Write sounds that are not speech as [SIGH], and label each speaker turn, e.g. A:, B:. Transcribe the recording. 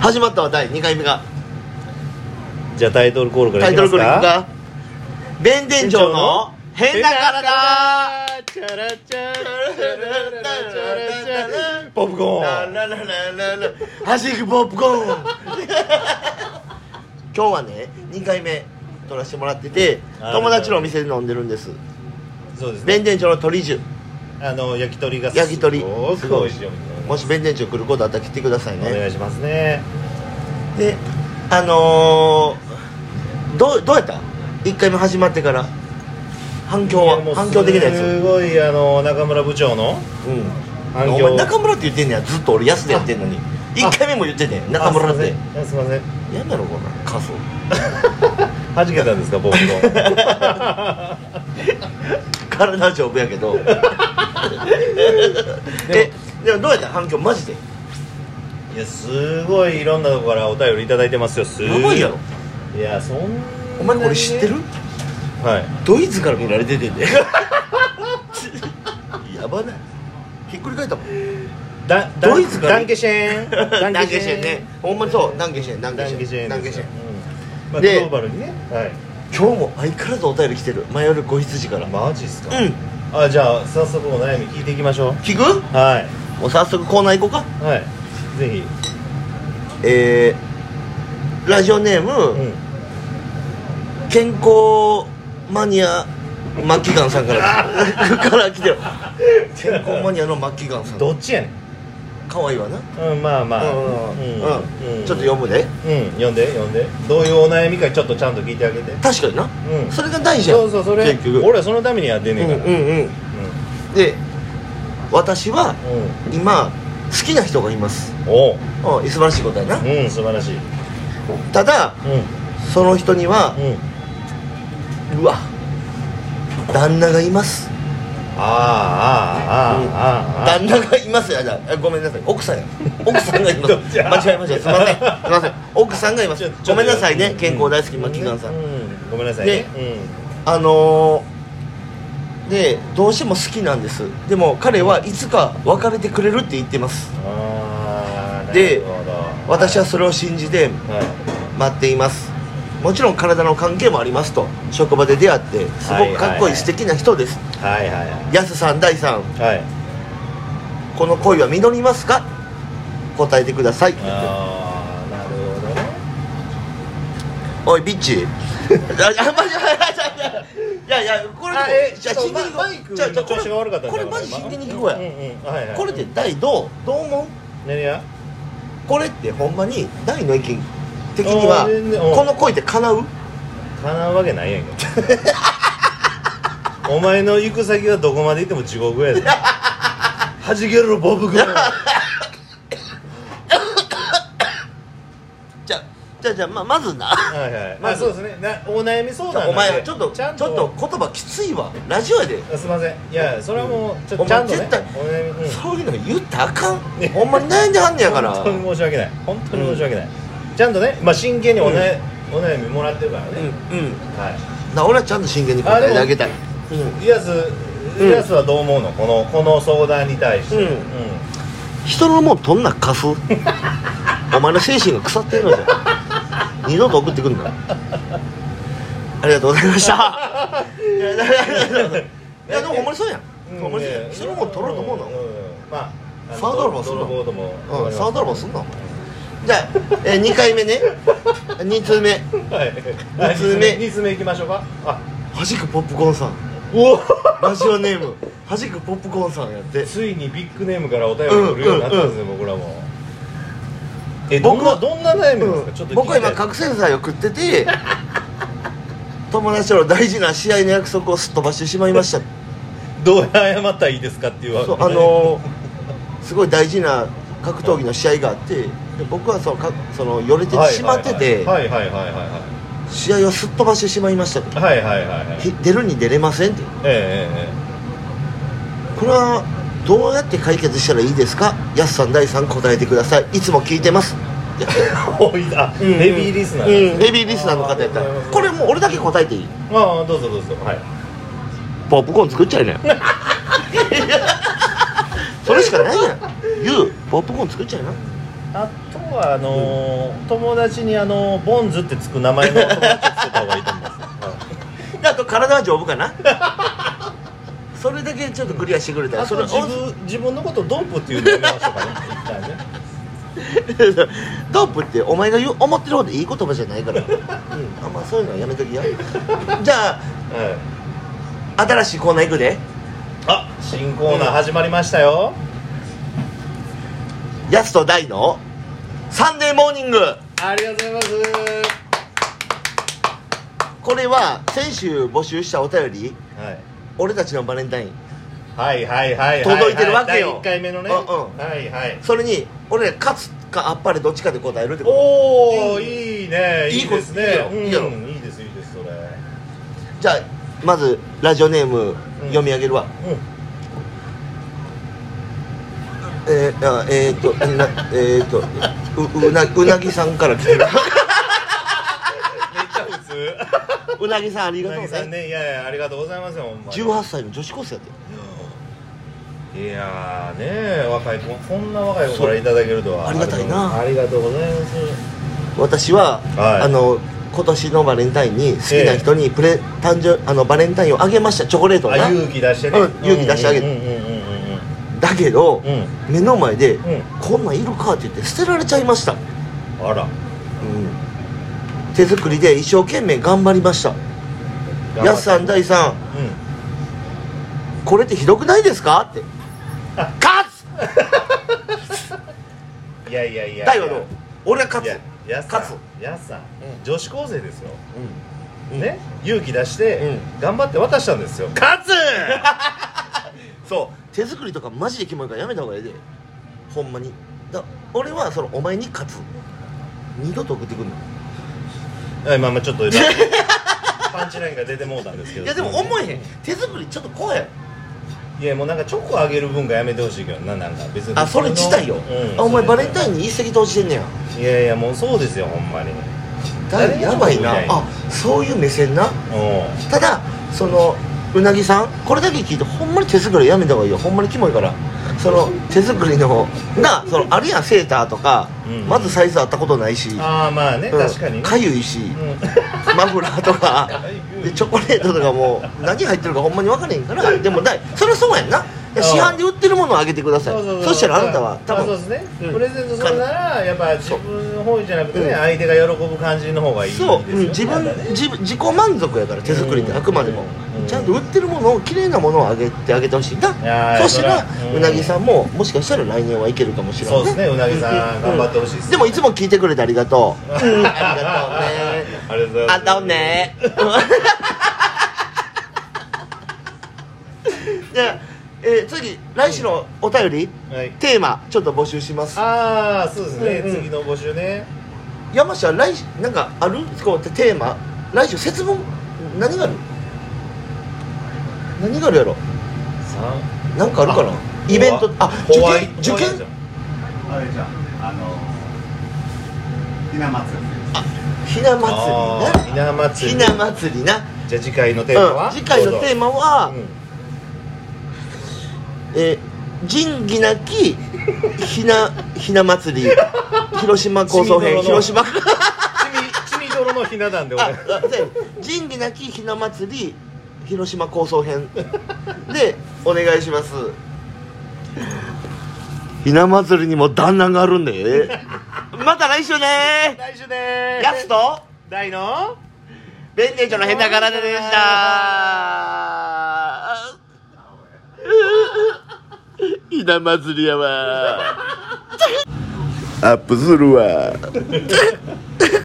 A: 始まったわ第2回目が
B: じゃあタイトルコールから
A: タイトルコールいく
B: か
A: か弁天町の変な体
B: チャラチャラチャラチャラチャラポップコ
A: ラ
B: ーン
A: ラララララはしポップコーン今日はね2回目撮らせてもらってて
B: あー
A: 友達のお店で飲んでるんです
B: そうです
A: 弁
B: ね
A: 天町の鳥重
B: あの焼き鳥が
A: 焼き鳥
B: すごく美味しいお店でご
A: も
B: ざい
A: し弁天町来ることあったら来てください
B: ますお
A: ね
B: 願いしますね
A: であのー、どうどうやった1回目始まってから反響
B: いやも
A: は
B: う
A: 反響的なやつ
B: すごいあの中村部長
A: う
B: の
A: ん
B: 反響
A: お前中村って言ってんねやずっと俺安でやってんのに1回目も言ってね中村って
B: あすいませんあすいません
A: やんだろこんな感想
B: 弾けたんですかポップコーン
A: 体は丈夫やけ [LAUGHS] どえでもどうやった反響マジで
B: いやすごいいろんなとこからお便りいただいてますよす
A: やばいやろ
B: いやそんなに
A: お前これ知ってる
B: はい
A: ドイツから見られててんで [LAUGHS] やばないひっくり返ったもん
B: だだ
A: ドイツから
B: ダンケシェン
A: ダンケシェンねほんまにそうダンケシェンダンケ
B: ダ
A: シ
B: ンケシ
A: ェ
B: ェ
A: ン
B: ン
A: ダンケ
B: で
A: シェ
B: すよ
A: ン
B: うんまあ、グロ
A: で
B: ーバルにねはい
A: 今日も相変わらずお便り来てる迷える子羊から
B: マジっすか
A: うん
B: あじゃあ早速お悩み聞いていきましょ
A: 聞く
B: うはい
A: もう早速コーナー行こうか
B: はいぜひ
A: えー、ラジオネーム、
B: うん
A: 健康マニアマッキガンさんから
B: [LAUGHS]
A: から来てる健康マニアのマッキガンさん
B: どっちやね
A: 可愛いわな、
B: んうんまあまあ
A: うんうん
B: うん
A: ちょっと読むで
B: うん読んで読んでどういうお悩みかちょっとちゃんと聞いてあげて
A: 確かにな、
B: うん
A: それが大事やん
B: そうそうそれ
A: 結局
B: 俺はそのためにやって
A: う
B: んね
A: ん
B: ん
A: う
B: か
A: ん
B: ら
A: うんで私は
B: うんうん
A: 今好きな人がいます
B: おう
A: あ素晴らしいことやな
B: うん素晴らしい
A: ただ
B: う
A: その人には
B: んうん
A: うわ旦那がいます
B: ああああああああ
A: 旦那がいますやじゃあごめんなさい奥さんや奥さんがいます
B: どっちや
A: 間違えましたすいませんすいません奥さんがいま
B: ち
A: す
B: ょちょ
A: ごめんなさいね
B: うん
A: 健康大好きマキガンさ
B: うんんごめんなさいね
A: あのーでどうしても好きなんですでも彼はいつか別れてくれるって言ってます
B: うんああ
A: で私は
B: は
A: それを信じて
B: はい
A: 待っていますもちろん体の関係もありますと職場で出会ってすごくかっこ
B: は
A: い
B: いはいはい
A: い素敵な人です
B: はいはいはい
A: ヤスさんダイさん
B: はい
A: この恋は実りますか答えてください
B: ああなるほ
A: おい
B: どね
A: ビッチ [LAUGHS] いやいやマジいやいやこれ
B: あえ
A: じゃあ
B: ちょっ
A: 真
B: と
A: 剣に
B: マイク
A: じゃあじゃあこれ
B: 調子が悪かったん
A: こ
B: ちゃ
A: れ
B: う
A: マジ
B: 今
A: 真剣に聞こうや、
B: うんうんはいはい
A: これって大どうどう思う
B: 何や
A: これってほんまに大の意見的には
B: あー全然うん
A: この恋って叶う
B: かなうわけ [LAUGHS] ないやんけお前の行く先はどこまで行っても地獄やで弾けるボブ君
A: じゃあじゃあじゃあまあまずな
B: はいはい
A: ま
B: ま
A: ず
B: あそうですねなお悩み相談なんで
A: お前ちょっと
B: ち
A: ちょ
B: ゃ
A: っ
B: ん
A: と言葉きついわラジオやで、
B: あすいませんいやそれはもうちょっ
A: お
B: とち
A: 前
B: ゃんとね
A: 絶対
B: お悩みうん
A: そういうの言ったらあかんほんまに悩んではんねやから
B: [LAUGHS] 本当に申し訳ない本当に申し訳ないちゃんとねまあ真剣にお悩お悩みもらってるから
A: うん
B: ね
A: うん
B: は
A: だから俺はちゃんと真剣に答えてあげたいうん
B: いイエス
A: うん
B: イエスはどう思うのこのこの相談に対して
A: うん [LAUGHS]
B: うん
A: 人のもん取んなカフお前の精神が腐ってるのじゃ二度と送ってくんなありがとうございましたいやいやいやいやでもほんまにそうやん、
B: うん
A: ほんまにそうやん
B: ね
A: 人のもん取ろうと思うの、
B: んんまああの
A: サードロボすんの
B: 泥棒ども
A: うん、サードロボすんなお前じゃあ、えー、2回目ね2通目
B: はい
A: 二通目
B: 2つ目いきましょうかあ
A: はじくポップコーンさん
B: お
A: ラジオネームはじくポップコーンさんやって
B: ついにビッグネームからお便り来るようになったんですね、僕らもえ
A: 僕
B: 僕
A: は
B: はどんな悩みなんですか、ちょっと聞
A: 僕は今
B: きたい
A: 覚醒剤を食ってて友達との大事な試合の約束をすっ飛ばしてしまいました
B: どう謝ったらいいですかっていう
A: そうあのーすごい大事な格闘技の試合があってで僕はそのかそのよれてしまってて
B: はいはいはいはい
A: 試合をすっ飛ばしてしまいましたと
B: はいはいはいはいはい
A: ひ出るに出れませんって
B: えええ
A: これはどうやって解決したらいいですかやすさん第3答えてくださいいつも聞いてますいや
B: えええおいだ、
A: うん
B: [LAUGHS] ヘビーリスナー
A: うんヘビーリスナーの方やったらこれもう俺だけ答えていい
B: ああどうぞどうぞはい
A: ポップコーン作っちゃい
B: [LAUGHS]
A: なよそれしかないやん言うポップコーン作っちゃいな
B: あとはあのー友達にあのーボンズってつく名前の友達をつけた方がいいと思い
A: [LAUGHS]
B: ます、
A: であと体は丈夫かな [LAUGHS] それだけちょっとクリアしてくれた
B: あ
A: らそ
B: と
A: れ
B: 自
A: [LAUGHS]
B: 分自分のことをドンプっていうのやめましょうかね一旦ね
A: ドープってお前が言う思ってるほどいい言葉じゃないから、うん、あんまそういうのはやめときやじゃ
B: はい
A: あ新しいコーナー行くで
B: あ新コーナー始まりましたよ、
A: やすと大のサンデーモーニング
B: ありがとうございます
A: これは先週募集したお便り
B: はい
A: 俺たちのバレンタイン
B: はいはいはいはい
A: 届いてるわけよ
B: 第1回目のね、
A: うんうん
B: はいはい
A: それに俺ら勝つかあっぱれどっちかで答えるってこ
B: おお
A: い
B: いいね
A: い
B: い
A: い
B: い
A: こと
B: ですね
A: いいよ
B: うん
A: いいやろ
B: いいですいいですそれう
A: とじゃあまずラジオネーム読み上げるわ、
B: ん
A: えー、あえー、とうなえー、とううなうなぎさんから来て
B: [LAUGHS]
A: る
B: めっちゃ普通
A: うなぎさんあり
B: う
A: が
B: な
A: とう
B: ぎさん
A: ね
B: ねいやいやありがとうございますよほんまに
A: 18歳の女子高生やって
B: いやーねえ若い子こんな若い子からいただけるとは
A: そうありがたいな
B: ありがとうございます
A: 私は、
B: はい
A: あの今年のバレンタインに好きな人にプレ、誕生あのバレンタインをあげましたチョコレートをな
B: あ勇気出してね、
A: うん勇気出してあげる
B: うんうんうん
A: だけど、
B: うんうん
A: 目の前で、
B: うん
A: こんなんいるかって言って捨てられちゃいました、
B: うんあら
A: 手作りで一生懸命頑張りましたやすさん大さん
B: うん
A: これってひどくないですかって勝つ
B: いやいやいや
A: 大はどう俺は勝
B: いや
A: つ
B: やっさん
A: 勝つ
B: やっさん
A: う
B: 女子高生ですよ、
A: うん
B: ね勇気出して、
A: う
B: 頑張って渡したんですよ
A: 勝
B: [LAUGHS]
A: つそう手作りとかマジでキモいからやめた方がいいでほんまにだ俺はそのお前に勝つ二度と送ってくんの
B: はいまあまあ
A: [LAUGHS]
B: ちょっと今パンチラインが出てもうたんですけど
A: いやでも思えへん手作りちょっと怖いやん
B: いやもうなんかチョコあげる文化やめてほしいけどななんか別に
A: あそれ自体よ、
B: うん
A: あお前バレンタイン
B: ン
A: に一石投じてんねや
B: いやいやもうそうですよほんまに誰
A: 大
B: が
A: やばいな
B: みたいな
A: あそういう目線な
B: う
A: ただそのうなぎさんこれだけ聞いてほんまに手作りやめた方がいいよほんまにキモいからその手作りのがそのあるやんセーターとか、
B: うん
A: まずサイズ合ったことないし
B: んああまあね、
A: うん
B: 確かにね
A: かゆいし、
B: うん
A: [LAUGHS] マフラーとか
B: ゆ
A: で
B: い
A: チョコレートとかもう何入ってるかほんまに分からへんからでもだいそれはそうやんな
B: うん
A: 市販で売ってるものをあげてくださいそしたらあなたは多
B: まあそう
A: 分
B: ですね、
A: うん
B: プレゼントするならやっぱ自分の方じゃなくてね、
A: うん
B: 相手が喜ぶ感じの方がいいです
A: そ
B: よ
A: う
B: ね、
A: うん自分
B: やっぱね
A: 自分自己満足やから手作りってあくまでも
B: うん
A: ちゃんと売ってるものを綺麗なものをあげてあげてほしいない
B: やー
A: そしたら
B: それはうん
A: うなぎさんももしかしたら来年はいけるかもしれな
B: そ
A: いう
B: ですねうなぎさん頑張ってほしいです
A: でもいつも聞いてくれてありがとうあり
B: ありがとうございます
A: あとね [LAUGHS] じゃあ、えー次来週のお便り、
B: はい
A: テーマちょっと募集します
B: ああそうですね、
A: うんうん
B: 次の募集ね
A: 山下来週なんかあるこうテーマ来週節分何がある何があるやろなんかあるかな
B: あ
A: イベントあ受
B: 怖い
A: 験受
B: 怖い
A: 験
B: じゃん
C: あれじゃんあのひな祭り
A: ひな
B: あ
A: 祭
B: ーひな祭
A: りなひな祭り
B: り
A: な、
B: じゃあ次回のテーマは、
A: うん、次回のテーマは、
B: うん
A: えー仁義なきひなひな祭
B: [LAUGHS]
A: り広島構想編
B: ちみどろの
A: 広島
B: ちみちみどろのひな壇でお願
A: あ
B: い
A: そう仁義なきひな祭り広島構想編でお願いしますひな祭りにも団らんがあるんでまた来週ね
B: 来週でーす
A: やすと
B: 大の
A: ベンネージョの変な体でしたひな祭りやわアップするわ